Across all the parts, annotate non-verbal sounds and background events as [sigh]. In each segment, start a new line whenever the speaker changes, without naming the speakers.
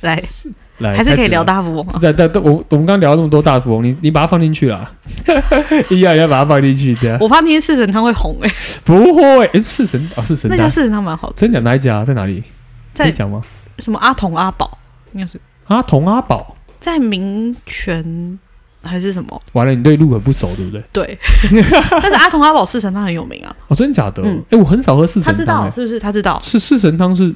来，
来，
还是可以聊
到。
大富翁啊。
但但但我我们刚聊了那么多大富翁，你你把它放进去了， [laughs] 一样要把它放进去，这样
我怕那些四神汤会红哎、
不会。诶四神哦，四神
那
大
家四神汤蛮好吃，
真假哪一家在哪里？
在
可以讲吗？
什么阿童阿宝，应该是
阿童阿宝，
在民权还是什么？
完了，你对鹿很不熟，对不对？ [laughs]
对，但是阿童阿宝四神汤很有名啊，
哦，真假的？
嗯
哎，我很少喝四
他
神
知
汤，欸
道
诶
是不是？他知道，
是四神汤是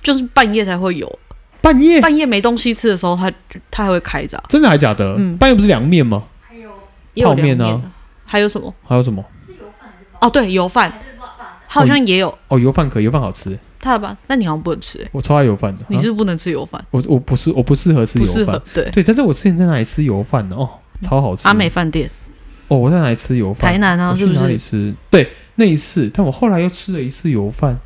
就是半夜才会有，
半夜，
半夜没东西吃的时候，他他还会开着啊、
真的还假的
嗯？
半夜不是凉面吗？
也有
泡面啊
凉面啊，还有什么？
还有什么？
哦，对，油饭，他好像也有
哦，油饭可以，油饭好吃，
他的吧？但你好像不能吃、欸，
我超爱油饭的。
你
啊
是不是不能吃油饭，
我我不是我不适合吃
不
油
适合
饭，。
对，
对，但是我之前在哪里吃油饭呢？哦，超好吃。
阿美饭店，
哦，我在哪里吃油饭？
台南啊，
我
是
去
不
哪里
是？
吃？对，那一次，但我后来又吃了一次油饭，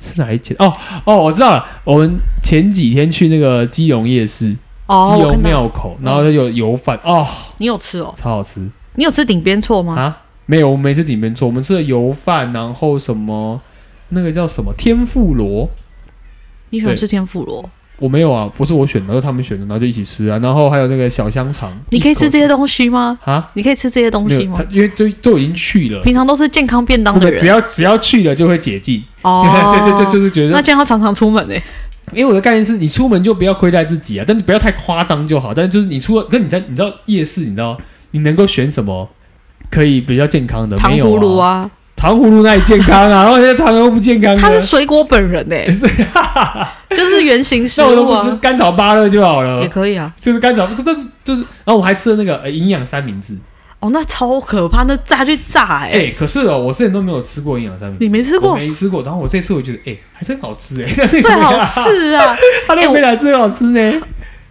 是哪一间？哦哦，我知道了，我们前几天去那个基隆夜市，
哦，
基
我
隆
看到
庙口，然后就有油饭，哦，
你有吃哦，
超好吃
你有吃顶边错吗？
啊！没有，我们没吃里面做，我们吃了油饭，然后什么那个叫什么天妇罗，
你喜欢
对
吃天妇罗？
我没有啊，不是我选的，是他们选的，然后就一起吃啊，然后还有那个小香肠，
你可以吃这些东西吗？
啊？
你可以吃这些东
没有
西，吗
他？因为就都已经去了，
平常都是健康便当
我
的
们只
人
要只要去了就会解禁，
哦
[laughs] 就就就就是觉得
那这样要常常出门诶。
因为我的概念是你出门就不要亏待自己啊，但是不要太夸张就好。但是就是你出，跟你在你知道夜市，你知道你能够选什么可以比较健康的？
糖
没有
葫芦
啊，
啊，
糖葫芦那里健康啊，然后现在糖葫芦不健康
它是
的，
水果本人诶，
是
就是圆形食
[laughs] 那我都
物
不吃
啊，
甘草芭乐就好了
也，可以啊。
就是甘草，这是就是。然后我还吃了那个呃营养三明治，
哦，那超可怕，那炸去炸
哎、
诶。
可是哦，我之前都没有吃过营养三明治，
你没吃过
我没吃过。然后我这次我觉得，哎、还真好吃哎、欸，
最好，是啊，
[laughs] 它那个梅奶最好吃呢、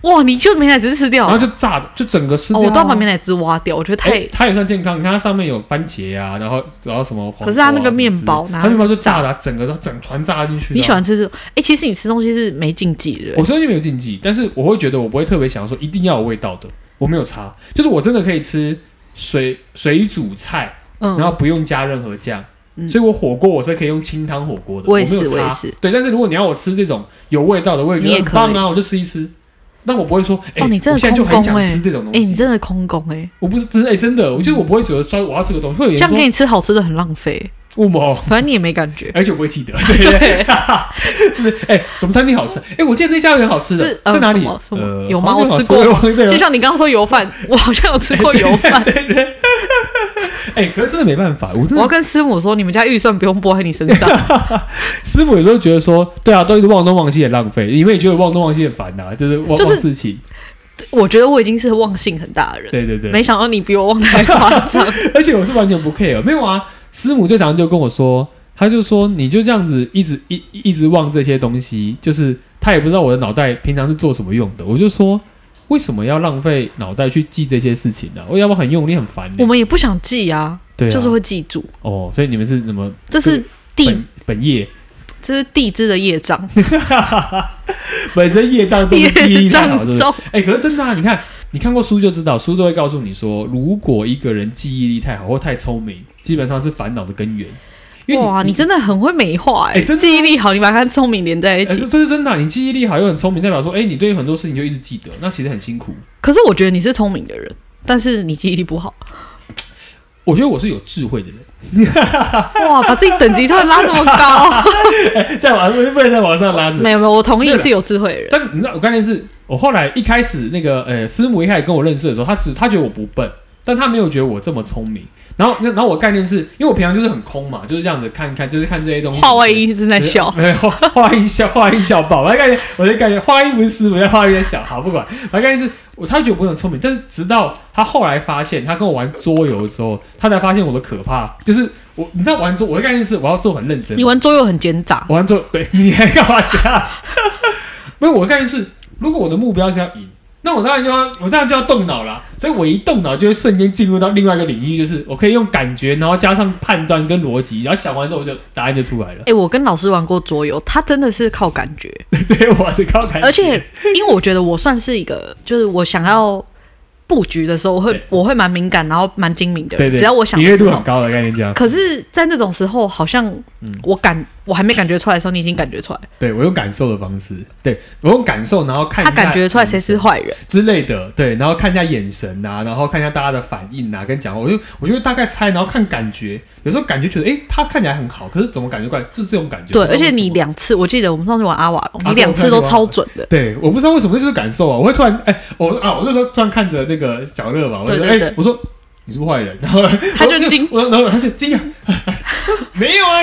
哇！你就梅奶只是吃掉
然
了，
后就炸的，就整个吃
哦，
掉
我
啊、
都要把美乃滋挖掉，我觉得太、
欸它也算健康，你看它上面有番茄啊，然后然后什么黄瓜啊、
可是它那个面包
什么
拿
之类的它面包就
炸
炸了、整个都整团炸进去、啊
你喜？欢吃这种。哎、其实你吃东西是没禁忌的，对不
我
对
说你没有禁忌，但是我会觉得我不会特别想说一定要有味道的，我没有差，就是我真的可以吃水水煮菜，
嗯，
然后不用加任何酱。
嗯
所以我火锅我是可以用清汤火锅的，
我
我
也是
没有
我也
差
是。
对，但是如果你要我吃这种有味道的，我也觉
你
得
也
很
可以
棒啊，我就吃一吃。但我不会说，哎、
哦你真的
我现在就很
空
想
宫欸
吃这种东
哎、
西。
你真的空宫哎、
我不是真的，哎、真的，我觉得我不会觉得说我要这个东西，会有
这
人
样
说
给你吃好吃的很浪费，
雾某，
反正你也没感觉。
而且我不会
[laughs]
记得。对，就是哎，什么餐厅好吃？哎，我记得那家有很好吃的
是，呃
在哪里
什么？什么
呃
有吗
好像
我
好
吃过
对我对
就
[laughs] 我
像你刚刚说油饭，我好像有吃过油饭。
哎，可是真的没办法，我真
我要
的
跟师母说，你们家预算不用拨在你身上。
啊师母有时候觉得说，对啊，都一直忘东忘西很浪费，你们也觉得忘东忘西很烦呐，就是忘
就是
忘事情。
我觉得我已经是忘性很大的人，
对对对，
没想到你比我忘得还夸张。
[laughs] 而且我是完全不 care，没有啊。师母最常就跟我说，她就说你就这样子一直一一直忘这些东西，就是她也不知道我的脑袋平常是做什么用的。我就说为什么要浪费脑袋去记这些事情呢、我要不然很用力很烦呢、
我们也不想记啊，
对啊，
就是会记住，
哦，所以你们是什么
这是地
本本业 [laughs]
这是地支的业障，
本身业障中的记
[laughs]
忆
业
力太好，
障
是不是？
重。
哎、可是真的啊，你看你看过书就知道，书都会告诉你说，如果一个人记忆力太好或太聪明，基本上是烦恼的根源。因为
哇，你真的很会美化哎、
哎真的啊
记忆力好，你把它跟聪明连在一起。
哎，这这是真的啊、你记忆力好又很聪明，代表说，哎、你对很多事情就一直记得，那其实很辛苦。
可是我觉得你是聪明的人，但是你记忆力不好。
我觉得我是有智慧的 [laughs] 人，
哇，把自己等级突然拉那么
[laughs]
高，
再往不能再往上拉着。
没有没有，我同意
对啊
你
了
是有智慧的人。
但你知道，我关键是我后来一开始那个呃，师母一开始跟我认识的时候，她只她觉得我不笨，但她没有觉得我这么聪明。然后，那然后我概念是因为我平常就是很空嘛，就是这样子看一看，就是看这些东西。
话外音正在笑，
[laughs] 没有话话音笑话音笑爆。我的概念，我的概念，话音不是师傅，但话音在笑。好，不管，我的概念是，我他觉得我很聪明，但是直到他后来发现，他跟我玩桌游的时候，他才发现我的可怕，就是我，你知道玩桌，我的概念是我要做很认真
你，玩桌游很奸诈。
我玩桌，对，你还干嘛这样？没有，我的概念是，如果我的目标是要赢。那我当然就要，我当然就要动脑啦。所以我一动脑，就会瞬间进入到另外一个领域，就是我可以用感觉，然后加上判断跟逻辑，然后想完之后，我就答案就出来了
哎、。我跟老师玩过桌游，他真的是靠感觉，
[laughs] 对，我是靠感觉。
而且因为我觉得我算是一个，就是我想要布局的时候，我会
对
我会蛮敏感，然后蛮精明的人。
对对，
只要我想
敏
的
锐
时
度
候
很，高的概念这样。
可是，在那种时候，好像
嗯
我感、我还没感觉出来的时候，你已经感觉出来，
对我用感受的方式，对我用感受，然后看一
他
下
感觉出来谁是坏人。
之类的，对，然后看一下眼神啊，然后看一下大家的反应啊，跟讲话，我就我就大概猜，然后看感觉，有时候感觉觉得，诶，他看起来很好，可是怎么感觉怪，就是这种感觉。
对，
我不
而
知道
且
为什
你
么
两次，我记得我们上次玩阿瓦隆，
啊
你两次都超准的。
对，我不知道为什么，就是感受啊，我会突然，哎、我啊，我那时候突然看着那个小乐嘛，我就说，
对
哎、
对对
我说你是不是坏人，然后
他就惊
我，我然后他就惊讶， [laughs] 没有啊，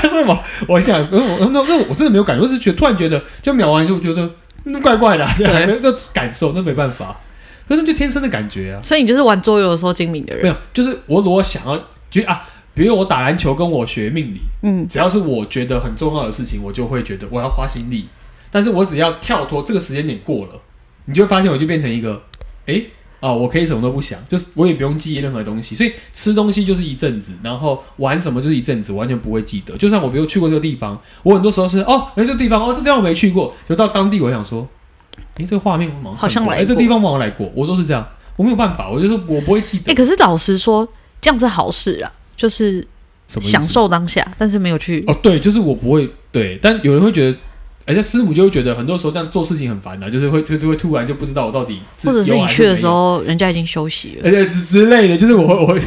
他说什么？ [laughs] 我想，我我那那我真的没有感觉，我只是觉得突然觉得，就秒完就觉得嗯怪怪的、啊，
对
那感受 [laughs] 那没办法，可是那就天生的感觉啊，
所以你就是玩桌游的时候精明的
没
人。
有，就是我如果想要，就啊，比如我打篮球跟我学命理，
嗯，
只要是我觉得很重要的事情，我就会觉得我要花心力。但是我只要跳脱这个时间点过了，你就会发现我就变成一个，哎、啊、我可以什么都不想，就是我也不用记忆任何东西。所以吃东西就是一阵子，然后玩什么就是一阵子，完全不会记得。就算我比如去过这个地方，我很多时候是哦，哎、这个地方哦，这地方我没去过，就到当地我想说，哎、这个画面我
好像
来，
来
哎、这
过
地方我好像来过，我都是这样，我没有办法，我就说我不会记
哎、
得。
可是老实说，这样是好事啊，就是
什么意思
享受当下，但是没有去。
哦，对，就是我不会对，但有人会觉得，而且师母就会觉得很多时候这样做事情很烦的、啊就是会就是会突然就不知道我到底自
或者是
有
你
还
去的
没
时
有，
候，人家已经休息了。
而且之之类的，就是我会我会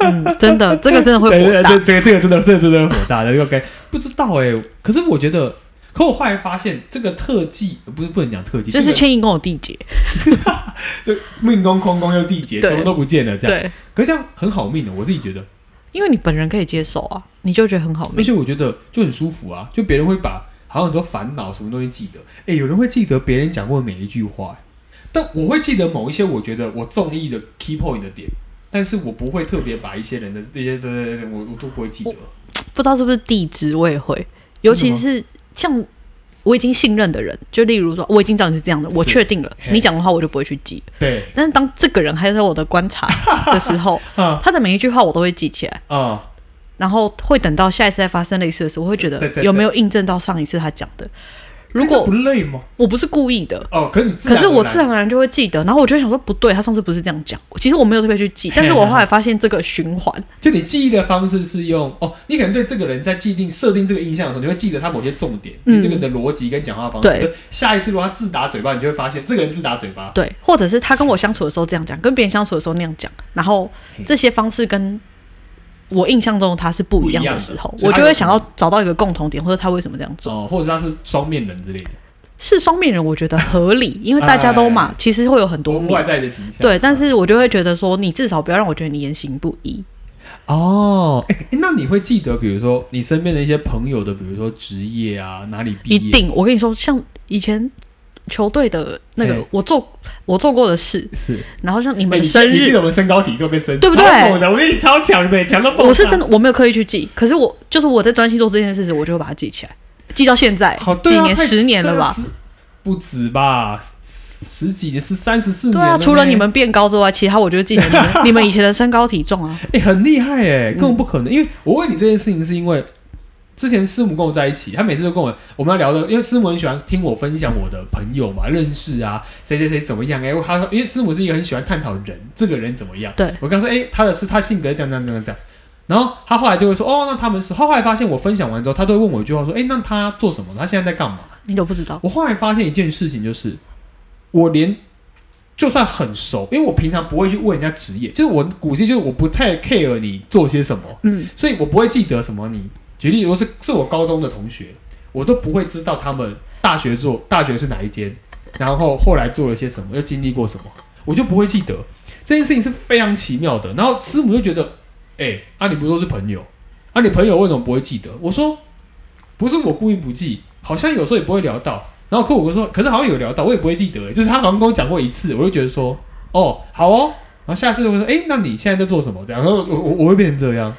嗯，真的，这个真的会啊
对
火
对
大
对，。这个这个真的这个真的很火大的，这个该不知道哎、可是我觉得，可我后来发现这个特技不是不能讲特技，
就是
这个
千亿跟我弟姐，
这命宫空宫又地劫，
对
什么都不见了这样。
对，
可是这样很好命的，我自己觉得，
因为你本人可以接受啊，你就觉得很好
而
命。
且我觉得就很舒服啊，就别人会把好像很多烦恼什么东西记得，哎、有人会记得别人讲过的每一句话、但我会记得某一些我觉得我中意的 key point 的点，但是我不会特别把一些人的这些这这这我我都不会记得。
不知道是不是地质，我也会，尤其是像我已经信任的人，就例如说哦我已经知道你是这样的，我
是
确定了，
嘿
你讲的话我就不会去记。
对
但是当这个人还在我的观察的时
[laughs]
候，
啊
他的每一句话我都会记起来，
啊，
然后会等到下一次再发生类似的事，我会觉
对
得
对对
有没有印证到上一次他讲的。如
可是
果
不累吗？
我不是故意的，
哦，可是你自
可
然
是我
而然
自然而然就会记得，然后我就会想说不对，他上次不是这样讲。其实我没有特别去记，但是我后来发现这个循环，
就你记忆的方式是用哦，你可能对这个人在既定设定这个印象的时候，你会记得他某些重点，
嗯
就这个人的逻辑跟讲话方式。
对
可是下一次如果他自打嘴巴，你就会发现这个人自打嘴巴。
对，或者是他跟我相处的时候这样讲，跟别人相处的时候那样讲，然后这些方式跟我印象中的他是不一样的时候
不，一样的
我就会想要找到一个共同点，或者他为什么这样做。
哦，或者是他是双面人之类的，
是双面人，我觉得合理，因为大家都嘛，其实会有很多
多外
面。
在的形象。
对，但是我就会觉得说，你至少不要让我觉得你言行不一。
哦，哎、诶那你会记得，比如说你身边的一些朋友的，比如说职业啊，哪里毕业？
一定，我跟你说，像以前球队的那个
嘿，
我做我做过的事，
是。
然后像你
你
们生
哎你记
日，
得我们身高体重跟身
对不对
超猛的，我跟你超强的，强到爆炸
我是真的我没有刻意去记，可是我就是我在专心做这件事时，我就会把它记起来，记到现在，
好对
几
啊
年
快
十年了吧？
真的是不止吧，十十几年是三十四年
对啊，
呢
除了你们变高之外，其他我就记得你们你们以前的身高体重
[laughs]
啊。
哎、很厉害哎、根本不可能。因为我问你这件事情，是因为之前师母跟我在一起，她每次都跟我我们要聊的，因为师母很喜欢听我分享我的朋友嘛，认识啊，谁谁谁怎么样哎、她说，因为师母是一个很喜欢探讨人这个人怎么样。
对，
我跟她说，哎、她的是她性格这样这样这样这样。然后她后来就会说，哦，那他们是。她后来发现我分享完之后，她都会问我一句话，说，哎、那她做什么？她现在在干嘛？
你都不知道，
我后来发现一件事情，就是我连就算很熟，因为我平常不会去问人家职业，就是我骨子里就是我不太 care 你做些什么，
嗯，
所以我不会记得什么你。举例，如果是是我高中的同学，我都不会知道他们大学做大学是哪一间，然后后来做了些什么，又经历过什么，我就不会记得这件事情是非常奇妙的。然后师母就觉得，哎、啊你不是都是朋友，啊你朋友为什么不会记得？我说不是我故意不记，好像有时候也不会聊到。然后客户跟我说，可是好像有聊到，我也不会记得、就是他好像跟我讲过一次，我就觉得说，哦好哦，然后下次就会说，哎、那你现在在做什么？这样，然后我我我会变成这样。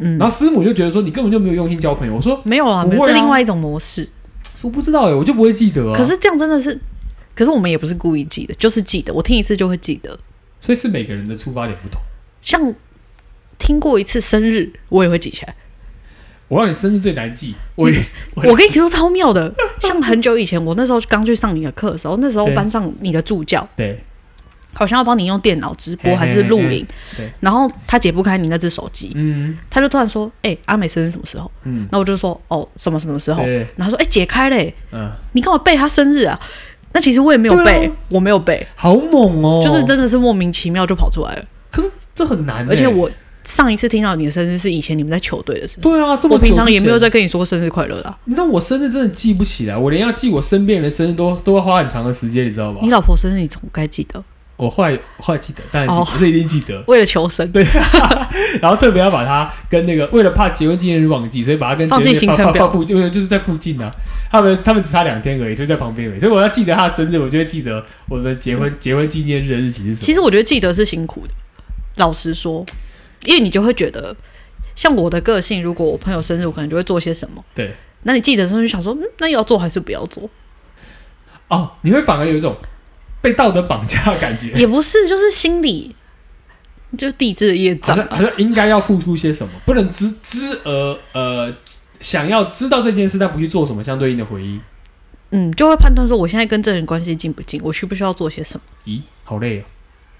嗯
然后师母就觉得说你根本就没有用心交朋友。我说
没有啊，
不会
没
啊
有，这另外一种模式。
我不知道哎、我就不会记得啊。
[laughs] 可是这样真的是，可是我们也不是故意记的，就是记得，我听一次就会记得。
所以是每个人的出发点不同。
像听过一次生日，我也会记起来。
我让你生日最
[laughs]
难记，我也
我跟你说超妙的，像很久以前，我那时候刚去上你的课的时候，那时候
对
班上你的助教
对
好像要帮你用电脑直播还是录影，
嘿嘿嘿
然后他解不开你那只手机，
嗯
他就突然说：“哎、阿美生日什么时候？”
嗯
那我就说：“哦，什么什么时候？”
对
然后他说：“哎、解开嘞，
嗯，
你干嘛背他生日啊？”那其实我也没有
对
背，
啊
我没有背，
好猛哦！
就是，真的是莫名其妙就跑出来了。
可是这很难欸。
而且我上一次听到你的生日是以前你们在球队的时候，
对啊，这么
我平
久
常
之
也没有
前
在跟你说生日快乐啦。
你知道我生日真的记不起来，我连要记我身边人的生日都都会花很长的时间，你知道吧
你？老婆生日你总该记得，
我后来后来记得，当然记
哦
得，这一定记得。 [laughs]
为了求生，
对，然后特别要把它跟那个为了怕结婚纪念日忘记，所以把它跟
放进
结婚
行程表
放附近，就是在附近啊。他们他们只差两天而已，就在旁边而已。所以我要记得他的生日，我就会记得我的结婚、结婚纪念日的日期是什么。
嗯其实我觉得记得是辛苦的，老实说，因为你就会觉得，像我的个性，如果我朋友生日，我可能就会做些什么。
对
那你记得的时候就想说，嗯，那要做还是不要做？ [laughs]
哦，你会反而有一种被道德绑架的感觉，
也不是，就是心里就是地质的业
好
障
像
啊。
好像应该要付出些什么，不能知知而呃想要知道这件事，但不去做什么相对应的回应。
嗯，就会判断说我现在跟这人关系近不近，我需不需要做些什么。
咦，好累哦！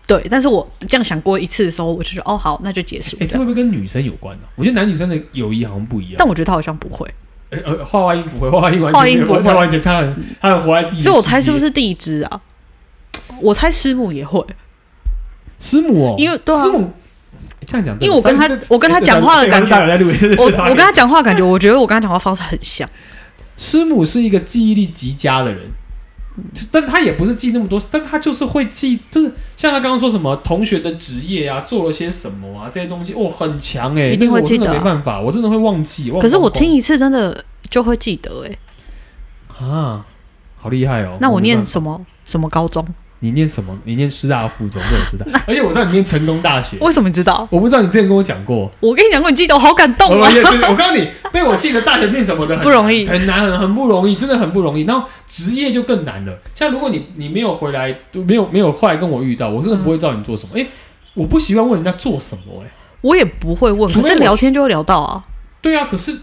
对，但是我这样想过一次的时候，我就觉得哦好，那就结束
哎、
这
这
样。
会不会跟女生有关呢、啊我觉得男女生的友谊好像不一样。
但我觉得他好像不会，
呃呃，画外音不会，画外音完全
画外音不会嗯
他完全他很他很活在自己的世界。
所以我猜是不是地质啊？我猜师母也
[laughs]
会，
师母哦？
因为对啊
师母这样讲对吗，
因为我跟他
反正这
我跟他讲话的感觉
这这这这大人在录音
我我跟他讲话，感觉我觉得我跟他讲话方式很像。
师母是一个记忆力极佳的人，但他也不是记那么多，但他就是会记，就是像他刚刚说什么同学的职业啊，做了些什么啊，这些东西哦，很强哎、欸，
一定会
那个我真的
记得啊
没办法，我真的会忘记。忘
可是我
光光
听一次真的就会记得哎、
啊，好厉害哦！
那我
没办
念
法
什么什么高中？
你念什么？你念师大附中，这我
[laughs]
知道，而且我知道你念成功大学。
为什么你知道？
我不知道你之前跟我讲过，
我跟你讲过，你记得我好感
我
动啊！
也是，我告诉你，被我记得大学念什么的
[laughs]
很
不容易
很难，很很不容易，真的很不容易。然后职业就更难了，像如果你你没有回来，就没有没有后来跟我遇到，我真的不会知道你做什
嗯
么。哎、我不习惯问人家做什么、哎，
我也不会问，
除
可
非
是
我
聊天就会聊到啊
对啊，可是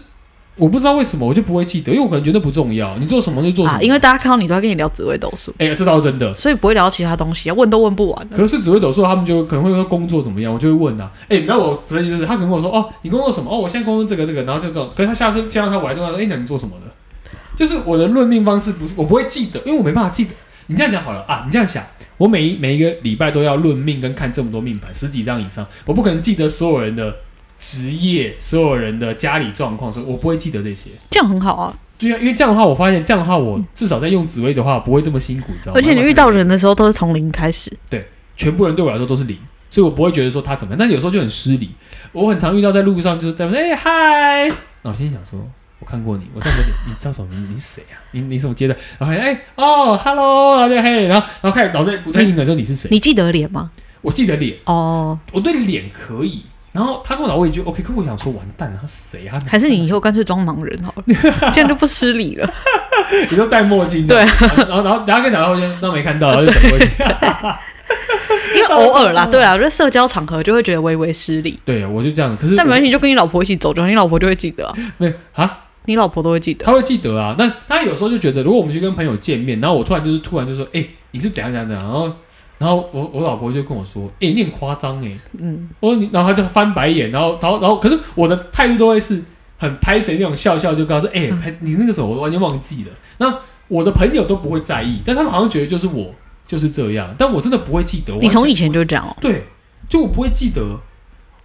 我不知道为什么，我就不会记得，因为我可能觉得不重要，你做什么就做什么。
啊，因为大家看到你都在跟你聊紫微斗数，
哎、这倒是真的。
所以不会聊到其他东西啊，问都问不完啊。
可是只会抖数，他们就可能会说工作怎么样，我就会问啊，哎、你知道我直接就是他可能跟我说，哦，你工作什么？哦，我现在工作这个这个，然后就这种。可是他下次见到他，我还问他说，哎、那你做什么的？就是我的论命方式不是，我不会记得，因为我没办法记得。你这样讲好了啊，你这样想，我每一每一个礼拜都要论命跟看这么多命盘，十几张以上，我不可能记得所有人的职业、所有人的家里状况，所以我不会记得这些。
这样很好啊，
对啊，因为这样的话，我发现这样的话，我至少在用紫薇的话不会这么辛苦，你知道吗？
而且你遇到人的时候都是从零开始，
全部人对我来说都是零，所以我不会觉得说他怎么样。但有时候就很失礼，我很常遇到在路上就是在那边哎嗨，然后我心里想说，我看过你，我站过你，你叫什么名字？你是谁啊？你你什么阶段？然后还哎哦，hello，然后就嘿，然后然后开始脑袋不太清楚说你是谁。
你记得脸吗？
我记得脸，
哦，
我对脸可以。然后他跟我讲，我也觉得 OK，可我想说完蛋了，他是谁啊？
还是你以后干脆装盲人好了，这样就不失礼了。
[laughs] 你都戴墨镜的，
对啊
然后然后然后跟讲，然后就当没看到，然后就
[laughs]
转过去。
因为偶尔
哦
啦，对啊，就是社交场合就会觉得微微失礼，
对，我就这样。可是
但没
我
关系，你就跟你老婆一起走就好，你老婆就会记得啊，
没有啊，
你老婆都会记得。
他会记得啊。那他有时候就觉得，如果我们去跟朋友见面，然后我突然就是突然就说，哎、你是怎样怎样怎样，然后然后我我老婆就跟我说，哎、你很夸张哎，
嗯，
我说你，然后他就翻白眼，然后然后然后，可是我的态度都会是很拍谁那种笑笑，就跟他说，哎、
嗯
还你那个时候我完全忘记了。那我的朋友都不会在意，但他们好像觉得就是我就是这样，但我真的不会记得。我
你从
完全
以前就这样哦。
对，就我不会记得。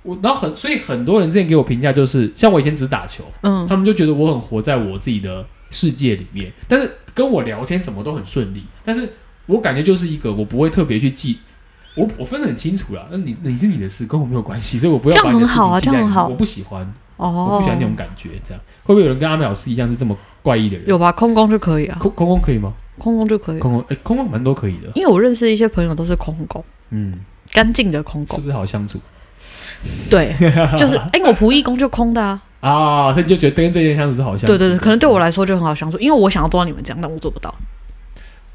我然后很，所以很多人之前给我评价就是，像我以前只打球，
嗯
他们就觉得我很活在我自己的世界里面，但是跟我聊天什么都很顺利，但是我感觉就是一个我不会特别去记，我我分得很清楚啦。啊那你你是你的事，跟我没有关系，所以我不要
这样
把你的事
很好啊
情记
这
在
样
里
很
面
好
我不喜欢，
哦，
我不喜欢那种感觉。这样会不会有人跟阿美老师一样是这么怪异的人？
有吧？空宫就可以啊，
空空空可以吗？
空宫就可以。
空空哎、空空蛮多可以的，
因为我认识一些朋友都是空宫，
嗯，
干净的空
是
宫，
不是好相处 [laughs]
对，就是哎，因为我仆役宫就空的啊，
啊？所以你就 [laughs] 觉得跟这些人相处是好相处？哦
对对对，可能对我来说就很好相处，因为我想要做到你们这样，但我做不到。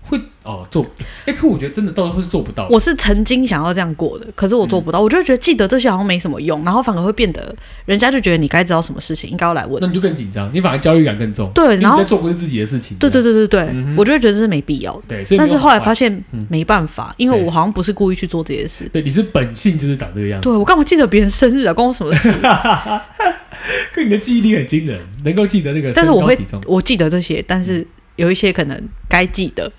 会哦做，哎、可我觉得真的到时候是做不到。
我是曾经想要这样过的，可是
嗯
我做不到，我就会觉得记得这些好像没什么用，然后反而会变得人家就觉得你该知道什么事情，应该要来问
那。你就更紧张，你反而焦虑感更重。
对
因为
然后
你在做不是自己的事情。
对对对对对，
嗯哼
我就会觉得这是没必要的。
对，所以
但
没
是
有
后来
好坏
发现没办法，因为
嗯对嗯
我好像不是故意去做这些事。
对你是本性就是长这个样子。
对我干嘛记得别人生日啊？关我什么事？
可你的记忆力很惊人，能够记得那个
但
身
是我
高
会
体重，
我记得这些，但
嗯
是有一些可能该记得，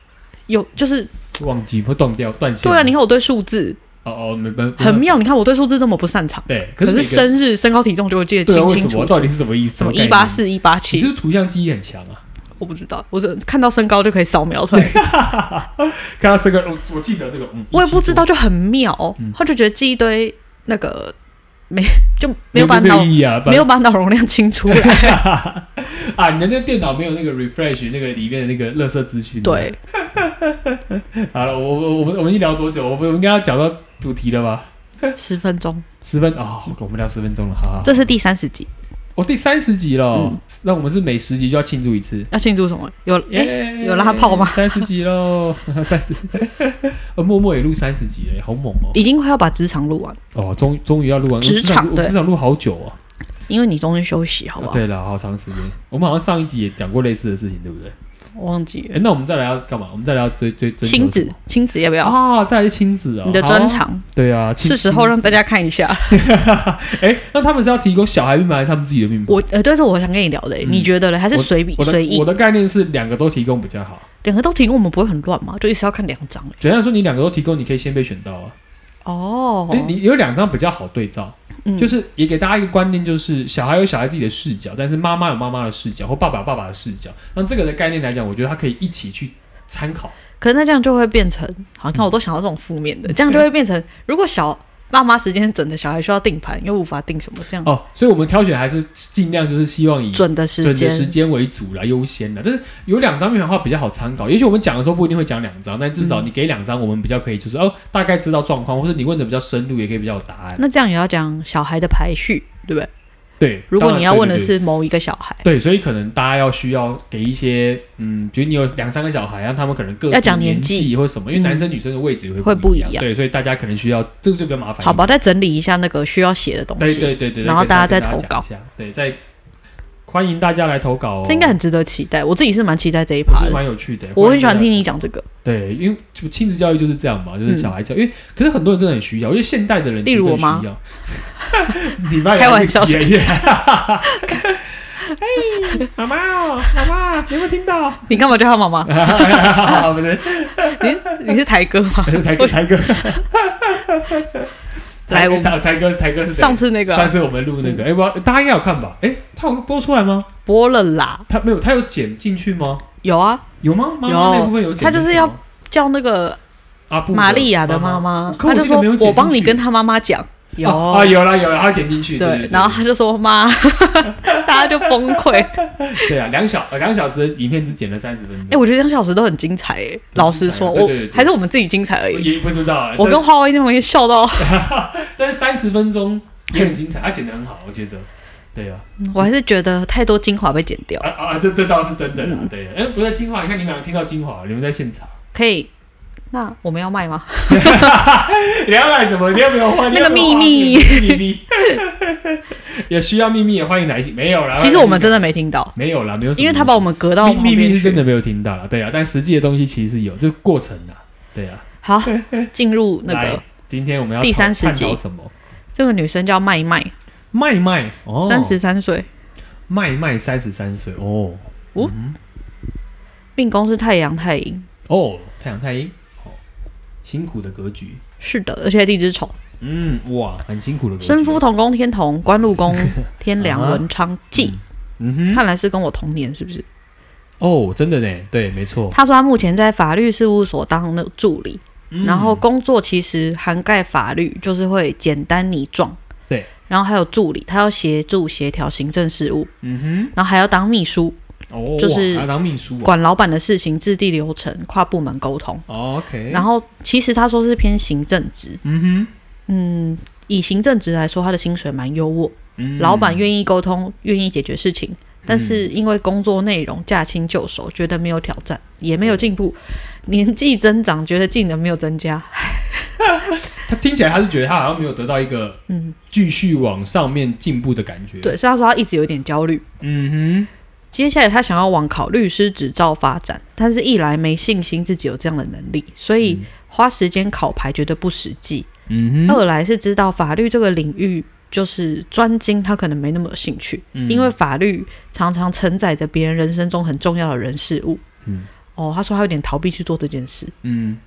有就是
忘记会断掉断线。
对啊。你看我对数字
哦哦，没没
很。妙，你看我对数字这么不擅长，
对，
可是
每个
生日、身高、体重就会记得
对啊，
清
为
清
什
楚
么
楚
到，底是什么意思？
什么
概
一
念
八，四、一八
你是
七，
不是图像记忆很强啊？
我不知道，我只看到身高就可以扫描出来，
看到这个，我我记得这个，嗯，
[laughs] 我也不
174
知道，就很妙
嗯，
他就觉得记一堆那个没就没有把
没
脑
有意义啊，
没有把脑容量清出
[laughs]
来，
啊，你的那个电脑没有那个 refresh 那个里面的那个垃圾资讯。，
对。
好了，我我我们我们一聊多久？我们我们应该要讲到主题了吧？
十分钟，
十分哦，我们聊十分钟了，好好。
这是第三十集，
我、哦第三十集了，
嗯
那我们是每十集就要庆祝一次。
要庆祝什么？有哎、
耶
有拉炮吗
三十集喽， [laughs] 三十，呃，默默也录三十集了，好猛哦！
已经快要把职场录完，
哦，终终于要录完
职场
我
对
职场录好久哦。
因为你中间休息，好不
啊
好？
对了，好长时间。我们好像上一集也讲过类似的事情，对不对？
我忘记
哎，
了。
那我们再来要干嘛？我们再来要追追追
亲
求什
子
么，
亲子要不要？
啊，再来是亲子啊，
你的
好
专。长
对啊，亲
是时候让大家看一下。
哎，那他们是要提供小孩命盘，还是他们自己的命盘？
我呃，对，是我想跟你聊的、
嗯
你觉得嘞？还是随意
我的
随意
我？的概念是两个都提供比较好。
两个都提供，我们不会很乱嘛？就一直要看两张、
简单来说，你两个都提供，你可以先被选到啊。
哦，
哎，你有两张比较好对照。
嗯
就是也给大家一个观念，就是小孩有小孩自己的视角，但是妈妈有妈妈的视角，或爸爸有爸爸的视角。那这个的概念来讲，我觉得它可以一起去参考。
可是那这样就会变成，好，你看我都想到这种负面
嗯
的，这样就会变成，如果小爸妈时间准的小孩需要定盘，又无法定什么，这样、
哦，所以我们挑选还是尽量就是希望以
准的时
准的
间
时间为主啦，优先啦。但是有两张面的话比较好参考，也许我们讲的时候不一定会讲两张，但至
嗯
少你给两张，我们比较可以就是哦大概知道状况，或者你问的比较深入，也可以比较有答案。
那这样也要讲小孩的排序，对不对？
对，
如
当
果
然
你要
对
问
对
的
对
是某一个小孩，
对，所以可能大家要需要给一些，嗯，比如你有两三个小孩，让他们可能各自
要讲年
年
纪
或什么，因
嗯
为男生女生的位置也会
会
不
不
一
一
样，
样
对，所以大家可能需要这个就比较麻烦。
好吧，，再整理一下那个需要写的东
对
西，
对对对，
然后
可以
大家
再
再
跟
投
讲一下，对，再欢迎大家来投稿哦，
这应该很值得期待。我自己是蛮期待这一
我
趴
觉得
的，
蛮有趣的，
我很喜欢
欢迎大家
听你讲这个。
对，因为就亲子教育就是这样嘛，就是
嗯
小孩教，因为可是很多人真的很需要，因为现代的人
例如
其实
我
更
妈
需要。 [laughs] 你妈也
开玩笑
耶
[laughs]
耶！ [laughs] 哎，妈妈哦，妈妈，你有没有听到？
你干嘛叫他妈
[laughs]
妈？
不是，
你是你是台哥吗？
台哥，台哥，
[laughs] 来我们
台台哥，台哥是谁
上次那个
上
啊
次我们录那个，哎，不知道，大家应该有看吧？哎，他有播出来吗？
播了啦，
他没有，他有剪进去吗？
有啊，
有吗？妈妈那
有
部分有剪进去吗，
他
啊
就是要叫那个
阿布
玛利亚的妈
妈哦
妈，
可
他就
记得
说
没有剪进去
我帮你跟他妈妈讲，有
啊，啊有啦有啦，他剪进去，对，
对，然后他就说
[laughs]
妈，大家就崩溃。
对对啊，两小呃两小时的影片只剪了三十分
哎，
钟，
我觉得两小时都很精彩诶，老实说，
啊对
我
对对对
还是我们自己精彩而已。
也不知道啊，
我跟花花一那边笑到，
但但是三十分钟也很精彩，他剪的很好，我觉得，对啊，
我还是觉得太多精华被剪掉。
啊啊，这这倒是真的啦，
嗯
对，哎，不在金华，你看你们两个听到金华，你们在现场。
可以，那我们要卖吗？
[laughs] 你要买什么？你要不要换？
那个秘密
你要不要换秘密， [laughs] 也需要秘密也欢迎来信。没有啦，
其实我们真的没听到，
没有啦，没有什么秘密，
因为他把我们隔到旁
秘密
边
是真
去。
的没有听到啦，对啊，但实际的东西其实是有，这过程啊，对啊。 [laughs]
好，进入那
来
个，
今天我们要
第
讨
30
探
集
讨什么？
这个女生叫麦麦，
麦麦哦，
三十三岁，
麦麦三十三岁哦，
哦
嗯
命宫是太阳太阴，
哦，太阳太阴，哦，辛苦的格局，
是的，而且地支丑，
嗯哇，很辛苦的格局，
身夫同宫天同，官禄 [laughs] 宫天
啊
梁
哈
文昌忌，
嗯哼，
看来是跟我同年，是不是？
哦，真的呢，对，没错，
他说他目前在法律事务所当那个助理，
嗯
然后工作其实涵盖法律，就是会简单拟状。
对，
然后还有助理，他要协助协调行政事务，
嗯
然后还要当秘书，
哼，哦，
就是
哇还要当秘书啊
管老板的事情、制定流程、跨部门沟通。
哦，OK，
然后其实他说是偏行政职，
嗯哼
嗯，以行政职来说，他的薪水蛮优渥，
嗯
老板愿意沟通，愿意解决事情，但是因为工作内容驾轻就熟，觉得没有挑战，也没有进步，
嗯
年纪增长，觉得技能没有增加。
他听起来他是觉得他好像没有得到一个
嗯，
继续往上面进步的感觉。，
对，所以他说他一直有点焦虑。
嗯
接下来他想要往考律师执照发展，但是一来没信心自己有这样的能力，所以花时间考牌觉得不实际；
哼，嗯哼，
二来是知道法律这个领域就是专精，他可能没那么有兴趣，
嗯
因为法律常常承载着别人人生中很重要的人事物。
嗯
哦，他说他有点逃避去做这件事。
嗯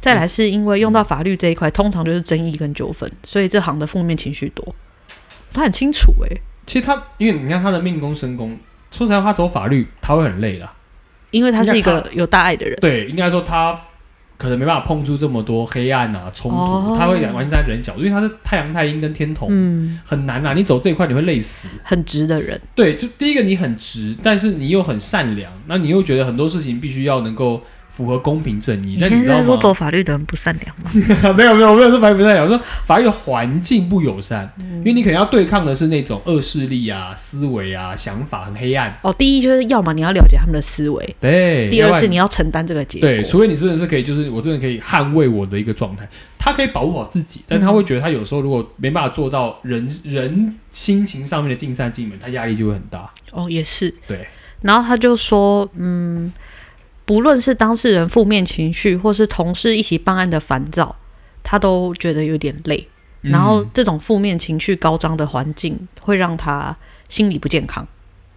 再来是因为用到法律这一块，通常就是争议跟纠纷，所以这行的负面情绪多。他很清楚诶、欸
其实他因为你看他的命宫身宫，说实话，他走法律他会很累啦。
因为他是一
应
个有大爱的人。
对，应该说他可能没办法碰触这么多黑暗啊冲突，
哦
他会完全在人角，因为他是太阳太阴跟天同，
嗯，
很难啊。你走这一块你会累死。
很直的人，
对，就第一个你很直，但是你又很善良，那你又觉得很多事情必须要能够符合公平正义。
你
但
现
你知
在
道
是说
吗？
走法律的人不善良吗？
[laughs] 没有没有没有说法律不善良，我说法律的环境不友善，
嗯
因为你可能要对抗的是那种恶势力啊、思维啊、想法很黑暗。
哦，第一就是要么你要了解他们的思维，
对，
第
要
二
不然
是你要承担这个结果。
对，除非你真的是可以，就是我真的可以捍卫我的一个状态，他可以保护好自己，但
嗯
他会觉得他有时候如果没办法做到人人心情上面的尽善尽美，他压力就会很大。
哦，也是。
对，
然后他就说，嗯，不论是当事人负面情绪，或是同事一起办案的烦躁，他都觉得有点累。
嗯
然后这种负面情绪高涨的环境会让他心理不健康，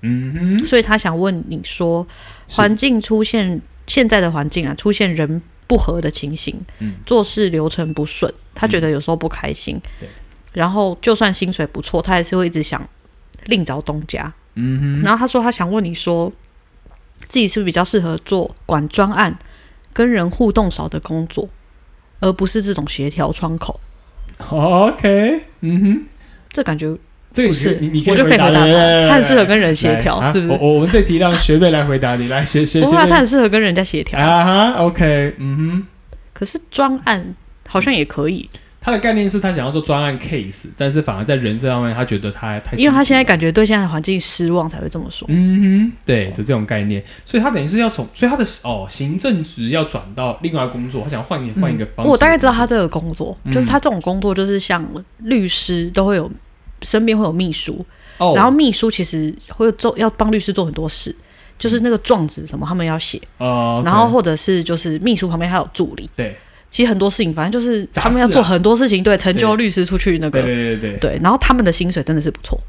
嗯哼，
所以他想问你说，
是
环境出现现在的环境啊，出现人不和的情形，
嗯
做事流程不顺，他觉得有时候不开心，
对
然后就算薪水不错，他还是会一直想另找东家。
嗯哼，
然后他说他想问你说，自己是不是比较适合做管专案、跟人互动少的工作，而不是这种协调窗口？
OK，嗯哼，
这感觉
这个
不
你
是，
你你
我就可以回答
答
他，
对对对
他很适合
对
跟人
对
协
哎来
调，
啊
是不
我
是？
我我们这题让学妹来回答你，来学学
不
学
会啊，
妹
他很适合跟人家协调。
啊哈，OK，嗯
可是专案好像也可以，
哼，他的概念是他想要做专案 case，但是反而在人这方面，他觉得他太辛苦了，
因为他现在感觉对现在的环境失望，才会这么说。
嗯哼，对的这种概念，所以他等于是要从，所以他的哦行政职要转到另外工作，他想换一换一个方式、
嗯我大概知道他这个工作，
嗯
就是他这种工作，就是像律师都会有身边会有秘书，
哦，
然后秘书其实会做要帮律师做很多事，就是那个状子什么他们要写，
呃，
然后或者是就是秘书旁边还有助理，
对
其实很多事情反正就是
杂事啊
他们要做很多事情，对，成就律师出去那
对
个，
对对对对，
对，然后他们的薪水真的是不错，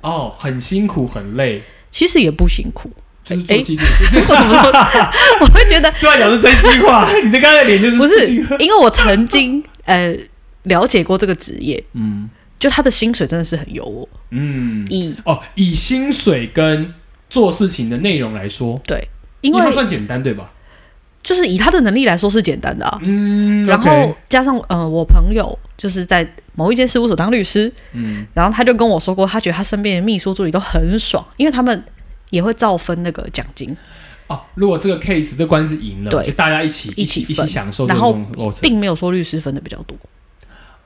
哦，很辛苦很累，
其实也不辛
[laughs]
苦，
就是做
哎
基础事，
我怎么说，我会觉得
突然讲是真心话，你的刚才的脸就是啊
不是
真心话，
因为我曾经 [laughs] 呃了解过这个职业，
嗯
就他的薪水真的是很优渥，
嗯，
以
哦，以薪水跟做事情的内容来说，
对，因
它
为
算简单对吧？
就是以他的能力来说是简单的啊，
嗯，
然
OK，
后加上呃，我朋友就是在某一间事务所当律师，
嗯
然后他就跟我说过，他觉得他身边的秘书助理都很爽，因为他们也会照分那个奖金，
哦，如果这个 case 这官司赢了，
对
就大家一起
一
起
起
一
分
享受这
然
个
后
过程。
并没有说律师分的比较多。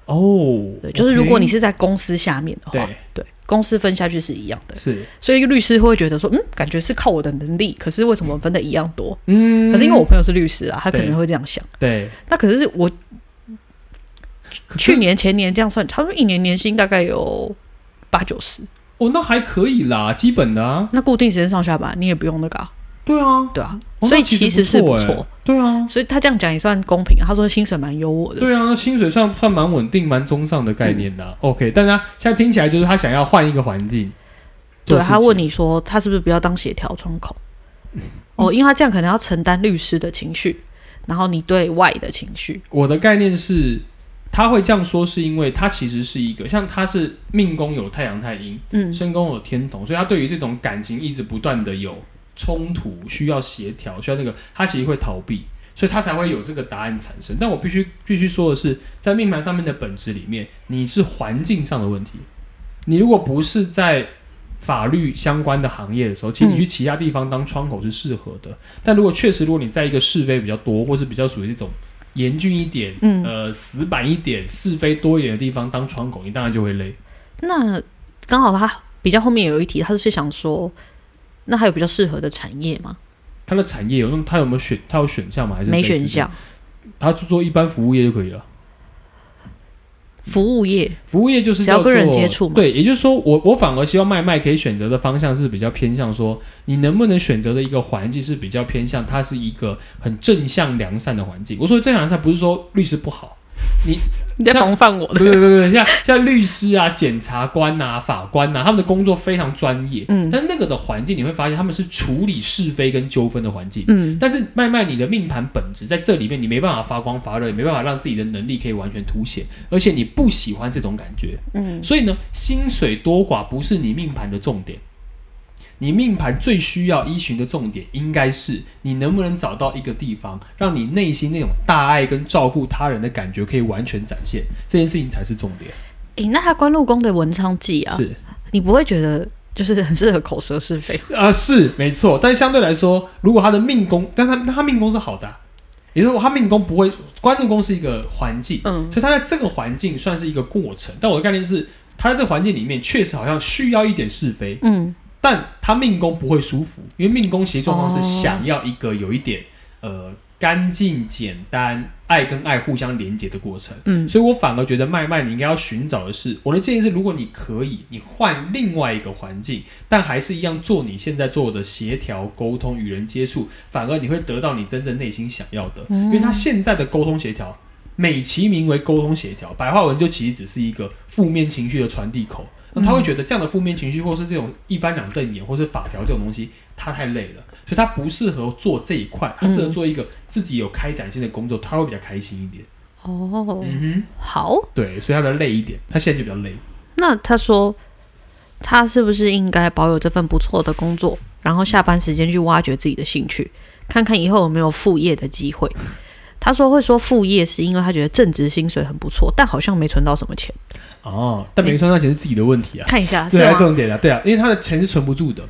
哦，
对，就是如果你
OK
是在公司下面的话
对，
对，公司分下去是一样的，
是，
所以律师会觉得说，嗯，感觉是靠我的能力，可是为什么分的一样多？
嗯
可是因为我朋友是律师啊，他可
对
能会这样想。
对
那可是我
可
去
是
年前年这样算，他们一年年薪大概有八九十，
哦，那还可以啦，基本的啊，
那固定时间上下班，你也不用那个、啊。
对啊，
对啊，
哦
所以
那其
实是
不
不
欸
错。，
对啊，
所以他这样讲也算公平啊。他说薪水蛮优渥的，
对啊，那薪水算算蛮稳定、蛮中上的概念
嗯
的啊、OK，但他现在听起来就是他想要换一个环境，
对他问
你，
你说他是不是不要当协调窗口？哦，因为他这样可能要承担律师的情绪，然后你对外的情绪，
我的概念是。他会这样说，是因为他其实是一个像他是命宫有太阳太阴，
嗯，
身宫有天同，所以他对于这种感情一直不断的有冲突，需要协调，需要那个，他其实会逃避，所以他才会有这个答案产生。但我必须必须说的是，在命盘上面的本质里面，你是环境上的问题。你如果不是在法律相关的行业的时候，其实你去其他地方当窗口是适合的。但如果确实，如果你在一个是非比较多，或是比较属于这种严峻一点、
嗯
呃死板一点、是非多一点的地方当窗口，你当然就会累。
那刚好他比较后面有一题，他是想说，那还有比较适合的产业吗？
它的产业有用，它有没有选？它有选项吗？还是
没
类似
选
的？
项，
它就做一般服务业就可以了。
服务业
服务业就是
只要
叫做
跟人接触嘛
对，也就是说我我反而希望麦麦可以选择的方向是比较偏向说，你能不能选择的一个环境是比较偏向它是一个很正向良善的环境。我说的正向良善不是说律师
[laughs]
不好，
你在防范我
对对对对，像像律师啊、检察官呐、法官呐、啊他们的工作非常专业，
嗯
但那个的环境你会发现他们是处理是非跟纠纷的环境。
嗯，
但是卖卖你的命盘本质在这里面，你没办法发光发热，也没办法让自己的能力可以完全凸显，而且你不喜欢这种感觉，
嗯，
所以呢，薪水多寡不是你命盘的重点，你命盘最需要依循的重点应该是你能不能找到一个地方，让你内心那种大爱跟照顾他人的感觉可以完全展现，这件事情才是重点。
诶、那他关路宫的文昌记啊，
是
你不会觉得就是很适合口舌是非？
啊、是没错，但相对来说，如果他的命宫，但他他命宫是好的啊、也就是说他命宫不会，官禄宫是一个环境，
嗯
所以他在这个环境算是一个过程。但我的概念是，他在这个环境里面确实好像需要一点是非，
嗯，
但他命宫不会舒服，因为命宫协状况是
哦
想要一个有一点、呃干净、简单、爱跟爱互相连接的过程。
嗯
所以我反而觉得麦麦你应该要寻找的是，我的建议是，如果你可以，你换另外一个环境，但还是一样做你现在做的协调、沟通、与人接触，反而你会得到你真正内心想要的，
嗯
因为他现在的沟通协调。美其名为沟通协调，白话文就其实只是一个负面情绪的传递口。那他会觉得这样的负面情绪，或是这种一翻两瞪眼，或是法条这种东西，他太累了，所以他不适合做这一块，他适合做一个自己有开展性的工作，他会比较开心一点。
哦，
嗯
好，
哼，对，所以他比较累一点，他现在就比较累。
那他说，他是不是应该保有这份不错的工作，然后下班时间去挖掘自己的兴趣，看看以后有没有副业的机会？他说会说副业是因为他觉得正职薪水很不错，但好像没存到什么钱。
哦，但没算到钱是自己的问题啊，
看一下是
这才是
吗？
重点啊，对啊，因为他的钱是存不住的。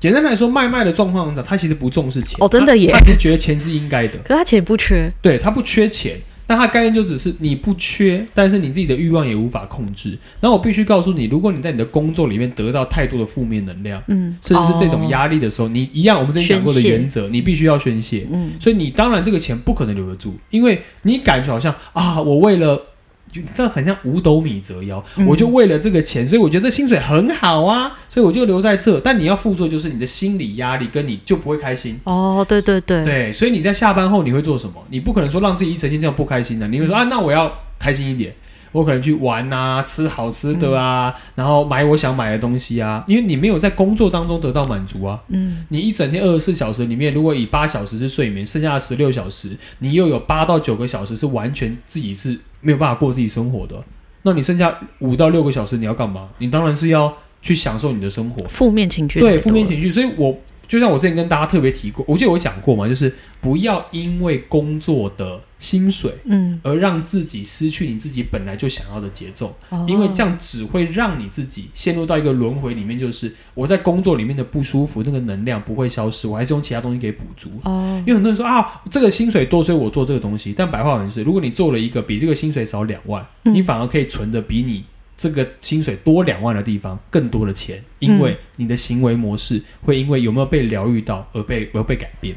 简单来说，卖卖的状况上，他其实不重视钱，
哦真的耶
他他是觉得钱是应该的，
可是他钱不缺，
对他不缺钱，但他的概念就只是你不缺，但是你自己的欲望也无法控制。那我必须告诉你，如果你在你的工作里面得到太多的负面能量，
嗯，
甚至是这种
哦，
压力的时候，你一样我们之前讲过的
宣泄
原则，你必须要宣泄。
嗯
所以你当然这个钱不可能留得住，因为你感觉好像啊，我为了。就这很像五斗米折腰，
嗯
我就为了这个钱，所以我觉得这薪水很好啊，所以我就留在这。但你要付出的就是你的心理压力，跟你就不会开心。
哦，对对对，
对，所以你在下班后你会做什么？你不可能说让自己一整天这样不开心的、你会说啊，那我要开心一点，我可能去玩啊，吃好吃的啊，然后买我想买的东西啊，因为你没有在工作当中得到满足啊。
嗯
你一整天二十四小时里面，如果以八小时是睡眠，剩下的十六小时，你又有八到九个小时是完全自己是没有办法过自己生活的。那你剩下五到六个小时你要干嘛？你当然是要去享受你的生活。
负面情绪
对
太
负
多
面
了
情绪，所以我就像我之前跟大家特别提过，我记得我讲过嘛，就是不要因为工作的薪水
嗯，
而让自己失去你自己本来就想要的节奏，
哦
因为这样只会让你自己陷入到一个轮回里面，就是我在工作里面的不舒服，那个能量不会消失，我还是用其他东西给补足。
哦
因，为很多人说啊，这个薪水多，所以我做这个东西。但白话文是，如果你做了一个比这个薪水少两万，
嗯
你反而可以存的比你这个薪水多两万的地方更多的钱，因为你的行为模式会因为有没有被疗愈到而被而被改变。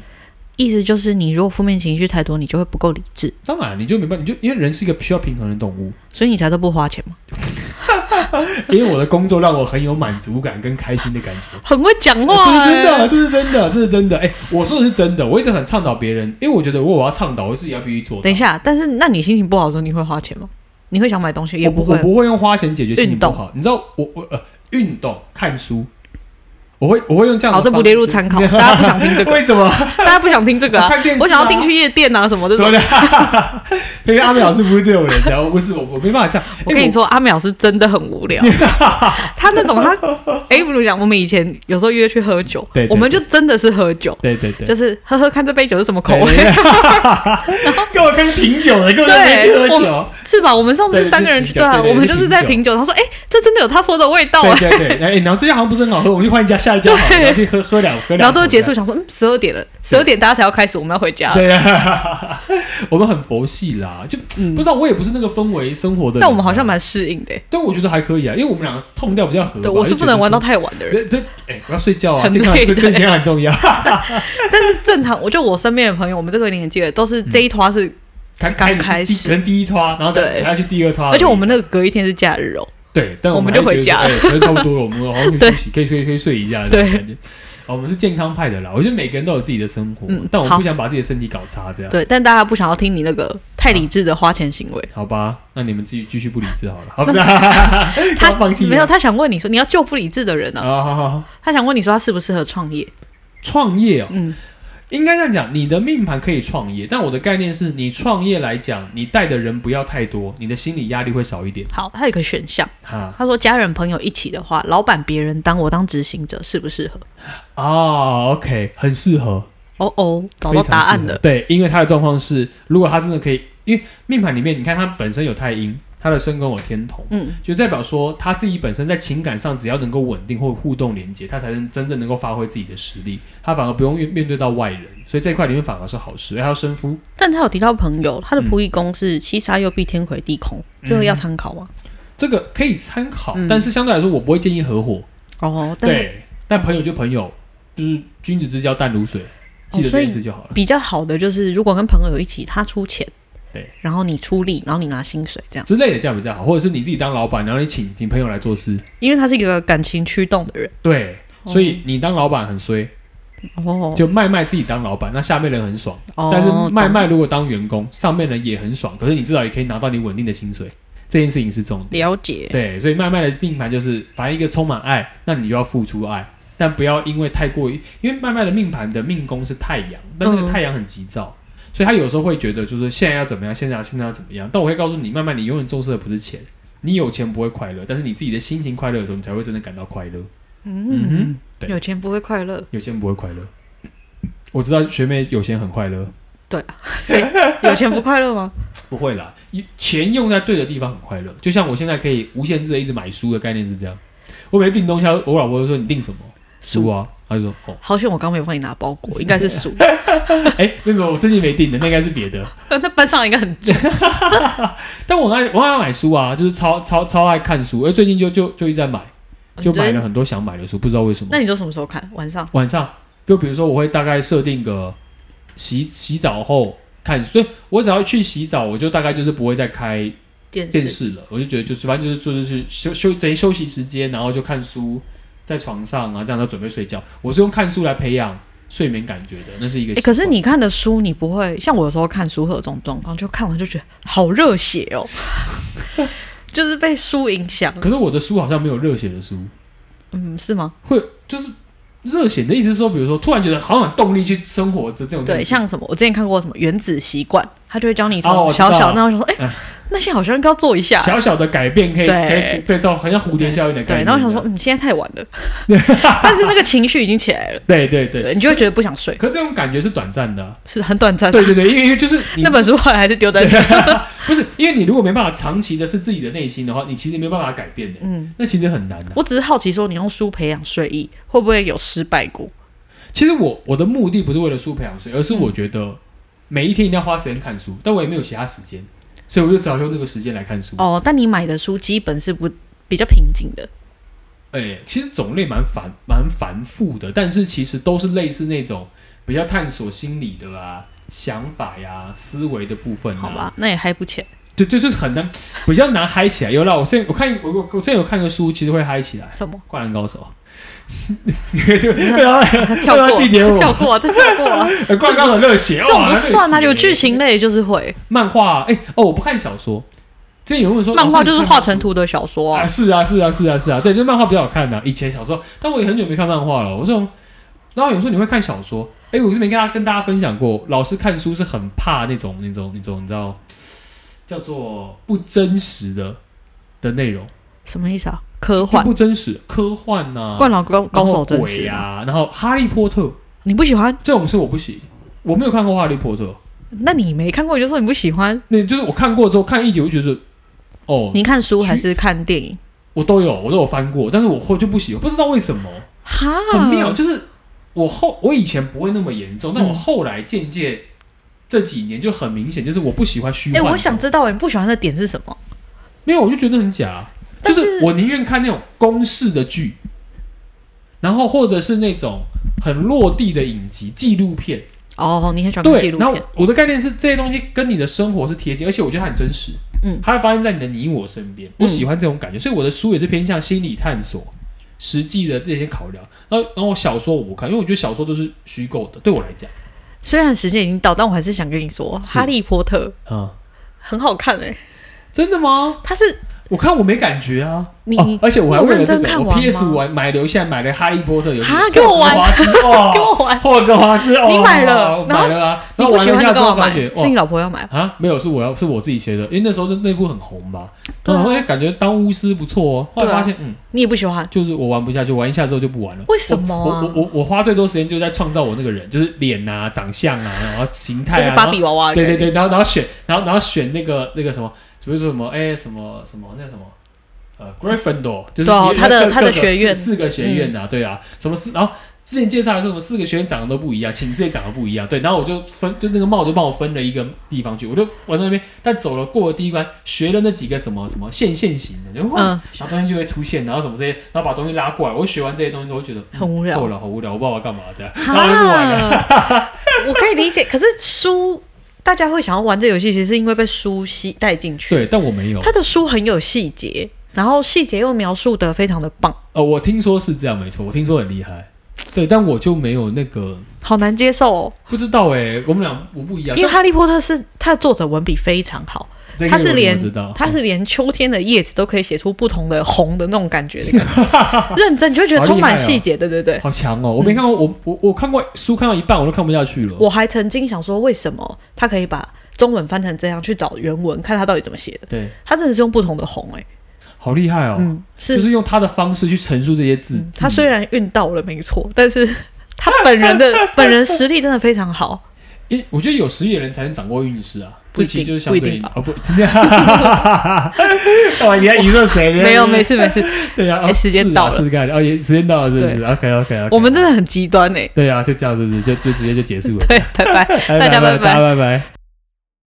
意思就是你如果负面情绪太多，你就会不够理智，
当然，你就没办法，你就因为人是一个需要平衡的动物。
所以你才都不花钱嘛。
因为我的工作让我很有满足感跟开心的感觉。
很会讲
这
话、
是
欸，
哦真的，这是真的，这是真的。哎、我说的是真的，我一直很倡导别人，因为我觉得如果我要倡导，我自己要必须做到。
等一下，但是那你心情不好的时候，你会花钱吗？你会想买东西？也
我不
会
我。不会用花钱解决心情
运
不
动
好。你知道我我呃运动看书，我会我会用这样
哦
的
好，这不列入参考， [laughs] 大家不想听这
考。 [laughs]
个，
为什么？
大家不想听这个啊
看电视啊！
我想要听去夜店啊什么这
什么
种。
的？因为阿美老师不是这种人，然后不是我我没办法这样。
我跟
哎
你，说，阿美老师真的很无
[laughs]
聊。他那种他，哎，比如讲，我们以前有时候约去喝酒
对对，对
我们就真的是喝酒，
对对对，
就是喝喝看这杯酒是什么口
对
味，。
[laughs] 跟我跟品酒的，跟我
对
没去喝
我
酒。
是吧？我们上次三个人去，对
对对对
啊，
对对
我们就是在
品
品酒，他说，哎，这真的有他说的味道啊。
对对对，哎，然后这家好像不是很好喝，我们去换一家下一家好了，
对
然后去喝喝两喝两口，
然后都结束，想说嗯，十二点了，十二点大家才要开始，我们要回家
这
了。
样。对啊， [laughs] 我们很佛系啦，就不知
嗯，
道我也不是那个氛围生活的人啊。
但我们好像蛮适应的欸。
但我觉得还可以啊，因为我们两个痛调比较合吧。
对，我是
嗯就觉
不
得
能玩到太晚的人，
这这哎，我要睡觉啊，
很
健康
累
这
的
这健康很重要。
[laughs] 但是正常，我就我身边的朋友，我们这个年纪的都是
嗯
这一团是，
刚
刚开始
可能第一拖，然后再
对
才去第二拖。
而且我们那个隔一天是假日哦，
对，但
我们
们
就
还
回
觉得
家
哎可能差不多了，我们好像
[laughs]
可以
对
休息，可以睡可以睡一下这种
对
感觉。哦我们是健康派的啦，我觉得每个人都有自己的生活
嗯，
但我们
好
不想把自己的身体搞差，这样
对，但大家不想要听你那个太理智的花钱行
[laughs]
为。
好吧？那你们自己继续不理智好
[laughs]
了，好不是 [laughs] 啊？
他
要放弃了
没有，他想问你说你要救不理智的人啊，
好好好，
他想问你说他适不适合创业？
创业哦，
嗯，
应该这样讲，你的命盘可以创业，但我的概念是你创业来讲，你带的人不要太多，你的心理压力会少一点
好，他有一个选项，
哈。
他说家人朋友一起的话，老板别人当我当执行者适不适合？
哦，OK，很适合，
哦哦，找到答案了，
对，因为他的状况是，如果他真的可以，因为命盘里面，你看他本身有太阴，他的身宫有天同，
嗯，
就代表说他自己本身在情感上只要能够稳定或互动连接，他才能真正能够发挥自己的实力，他反而不用面面对到外人，所以这一块里面反而是好事。还有生夫，
但他有提到朋友，他的
嗯
仆役宫是七杀右弼天魁地空，这个要参考吗？
这个可以参考，
嗯
但是相对来说，我不会建议合伙。
哦，但是
对，但朋友就朋友，就是君子之交淡如水，记得这
哦所以
件事就好了。
比较好的就是如果跟朋友一起，他出钱，
对，
然后你出力，然后你拿薪水这样，
之类的这样比较好，或者是你自己当老板，然后你请请朋友来做事，
因为他是一个感情驱动的人。
对，
哦
所以你当老板很衰，
哦，
就麦麦自己当老板，那下面人很爽。
哦
但是麦
懂
麦如果当员工，上面人也很爽，可是你至少也可以拿到你稳定的薪水，这件事情是重点。
了解，
对，所以麦麦的命盘就是反正一个充满爱，那你就要付出爱，但不要因为太过于，因为麦麦的命盘的命宫是太阳，但那个
嗯
太阳很急躁。所以他有时候会觉得，就是现在要怎么样，现在要现在要怎么样。但我会告诉你，麦麦，你永远重视的不是钱，你有钱不会快乐，但是你自己的心情快乐的时候，你才会真的感到快乐。嗯
嗯
哼，对
有钱不会快乐，
有些人不会快乐。我知道学妹有些人很快乐，
对啊， [laughs] 谁有钱不快乐吗？
不会啦，钱用在对的地方很快乐。就像我现在可以无限制的一直买书的概念是这样。我每次订东西，我老婆就说你订什么书啊？她就说哦，
好险，我刚没有帮你拿包裹，应该是鼠。
[laughs] 哎、没有没有，我最近没订的，那应该是别的。 [laughs]
那班上应该很重。
但我爱我爱买书啊，就是超超超爱看书，而最近就就就一直在买，就买了很多想买的书，不知道为什么
那。你都什么时候看？晚上？
晚上，就比如说我会大概设定个洗洗澡后看，所以我只要去洗澡，我就大概就是不会再开
电
电
视？
视了，我就觉得就是反正就是就是去休休等于休息时间，然后就看书，在床上啊，这样到准备睡觉。我是用看书来培养睡眠感觉的，那是一个习
哎，
惯。
可是你看的书，你不会像我有时候看书会有这种状况，就看完就觉得好热血
[laughs]
哦，就是被书影响。
可是我的书好像没有热血的书，
嗯，是吗？
会就是热血的意思是说，比如说突然觉得好想动力去生活的这种东
对，
西
像什么我之前看过什么《原子习惯》，他就会教你
嗯哦我
从
知道
小小那我想说，哎、
嗯
那些好像应该要做一下。
小小的改变可以
对
可以对造很像蝴蝶效应的概
对，
念。
然后我想说，嗯，现在太晚了，
[laughs]
但是那个情绪已经起来了，
对对对，
对，你就会觉得不想睡，
可这种感觉是短暂的啊、
是很短暂的。
对对对，因为因为就是你
那本书后来还是丢在那。
不是因为你如果没办法长期的是自己的内心的话，你其实没办法改变的，
嗯，
那其实很难的、
我只是好奇说，你用书培养睡意，会不会有失败过？
其实我我的目的不是为了书培养睡，而是
嗯
我觉得每一天一定要花时间看书，但我也没有其他时间，所以我就只好用这个时间来看书。哎、
哦，但你买的书基本是不比较平静的，
哎其实种类蛮繁蛮繁复的，但是其实都是类似那种比较探索心理的啊、想法呀、思维的部分、啊。
好吧？那也嗨不起来。
对对，就是很难，比较难嗨起来。有啦，我现在我看我我我之前有看个书，其实会嗨起来，《 [laughs]
什么？
灌篮高手》对。然后
跳过，
据点我，
跳过啊，再跳过
[laughs]
啊！
呃灌篮高手热血，
这种
哇
不
[laughs]
算啊，有剧。
热血
情类就是会，
漫画，哎、哦，我不看小说。之前有人问说，
漫画
老师
就是
你看
画成图的小说
啊，
啊。
是啊，是啊，是啊，是啊，对，就漫画比较好看的、以前小时候，但我也很久没看漫画了。我这种，然后有时候你会看小说，哎、我是没跟大家跟大家分享过，老师看书是很怕那种那种那种，你知道，叫做不真实的的内容，
什么意思啊？科
就
幻、
不真实，科幻呐、
灌篮高
啊然
高
后
手真
鬼
实吗，
啊，然后哈利波特
你不喜欢？
这种是我不行，我没有看过哈利波特，
那你没看过，你就说你不喜欢。
那就是我看过之后看一集，我就觉得，哦，
你看书还是看电影？
我都有，我都有翻过，但是我会就不喜欢，不知道为什么。
哈，
很妙，就是我后我以前不会那么严重，但我
嗯
后来渐渐这几年就很明显，就是我不喜欢虚
哎、
幻的。
我想知道你不喜欢的点是什么？
没有，我就觉得很假啊，
但
就
是
是我宁愿看那种公式的剧，然后或者是那种很落地的影集、纪录片。
哦，你很喜欢看纪
对，
录
然后
片，
我的概念是这些东西跟你的生活是贴近，而且我觉得它很真实。
嗯
它会发生在你的你我身边。我喜欢这种感觉，所以我的书也是偏向心理探索、实际的这些考量。然后，然后小说我不看，因为我觉得小说都是虚构的，对我来讲。
虽然时间已经到，但我还是想跟你说，《
是
哈利波特》
嗯，
很好看哎、
真的吗？
它是
我看我没感觉啊。
你
哦而且我还为了这
你有认真
个，
看
我
完吗
PS 玩买留下买了《哈利波特》游戏
哈，给我玩
霍格华兹
[laughs] [laughs]
哦，
给我玩，
霍格华兹哦，
你买了
我
然后
买了啊，
你
然
不
后玩
喜
了
欢
一
就
下
跟
之
我
后发
买，
觉哇
是你老婆要买。
啊，没有，是我要是我自己学的，因为那时候那那部很红吧。
对
然
啊
后哎，感觉当巫师不错哦。后来
对啊
发现，嗯，
你也不喜欢，
就是我玩不下去，玩一下之后就不玩了。
为什么
我
啊
我我我花最多时间就在创造我那个人，就是脸啊、长相啊，然后形态
就
啊，
是
然
芭
后
比娃娃的
对
概
对
念。
对，然后然后选，然后然后选那个那个什么，比如说什么哎什么什么那什么。呃，Gryffindor 就是
对哦
因
他
为
的
各
他的
各个
学
四
院嗯
四个学院啊，对啊，什么四，然后之前介绍的是什么四个学院长得都不一样，寝室也长得不一样，对，然后我就分就那个帽就帮我分了一个地方去，我就往那边，但走了过了第一关，学了那几个什么什么线线型的，然后、
嗯
小东西就会出现，然后什么这些，然后把东西拉过来，我学完这些东西之后，我觉得、嗯
很无聊
够了，好无聊，我不知道我要干嘛的，然后我就不玩了。
哈， [laughs] 我可以理解，可是书大家会想要玩这游戏，其实是因为被书吸带进去。
对，但我没有。
他的书很有细节，然后细节又描述的非常的棒，
呃，我听说是这样，没错，我听说很厉害。对，但我就没有那个
好难接受哦。
不知道哎、我们俩我不一样，
因为《哈利波特》是他的作者文笔非常好，
但
他是
这个我怎么
连
知道，
他是连秋天的叶子都可以写出不同的红的那种感觉的感觉，
[laughs]
认真你就会觉得充满细节。对对对，
好强哦！我没看过，我我我看过书看到一半我都看不下去了。
我还曾经想说，为什么他可以把中文翻成这样去找原文，看他到底怎么写的？
对，
他真的是用不同的红、欸，
好厉害哦！
嗯，
就是是用他的方式去陈述这些字。
嗯他虽然运到了没错，但是他本人
[laughs]
的本人实力真的非常好。
诶，我觉得有实力的人才能掌握运势啊，
不
这
一
其实
定
就是
不
相
一
对
定吧
哦不， [laughs] 哇，你要娱乐谁呢？
没有，没事没事，
对啊，
哎
哦
时间
是啊
到了
是概念哦，也时间到了，是不是
对
？OK OK OK，
我们真的很极端哎、
对啊，就这样，是不是？就就直接就结束了。
对，拜拜，大家
拜
拜
[laughs]
拜
大家拜拜。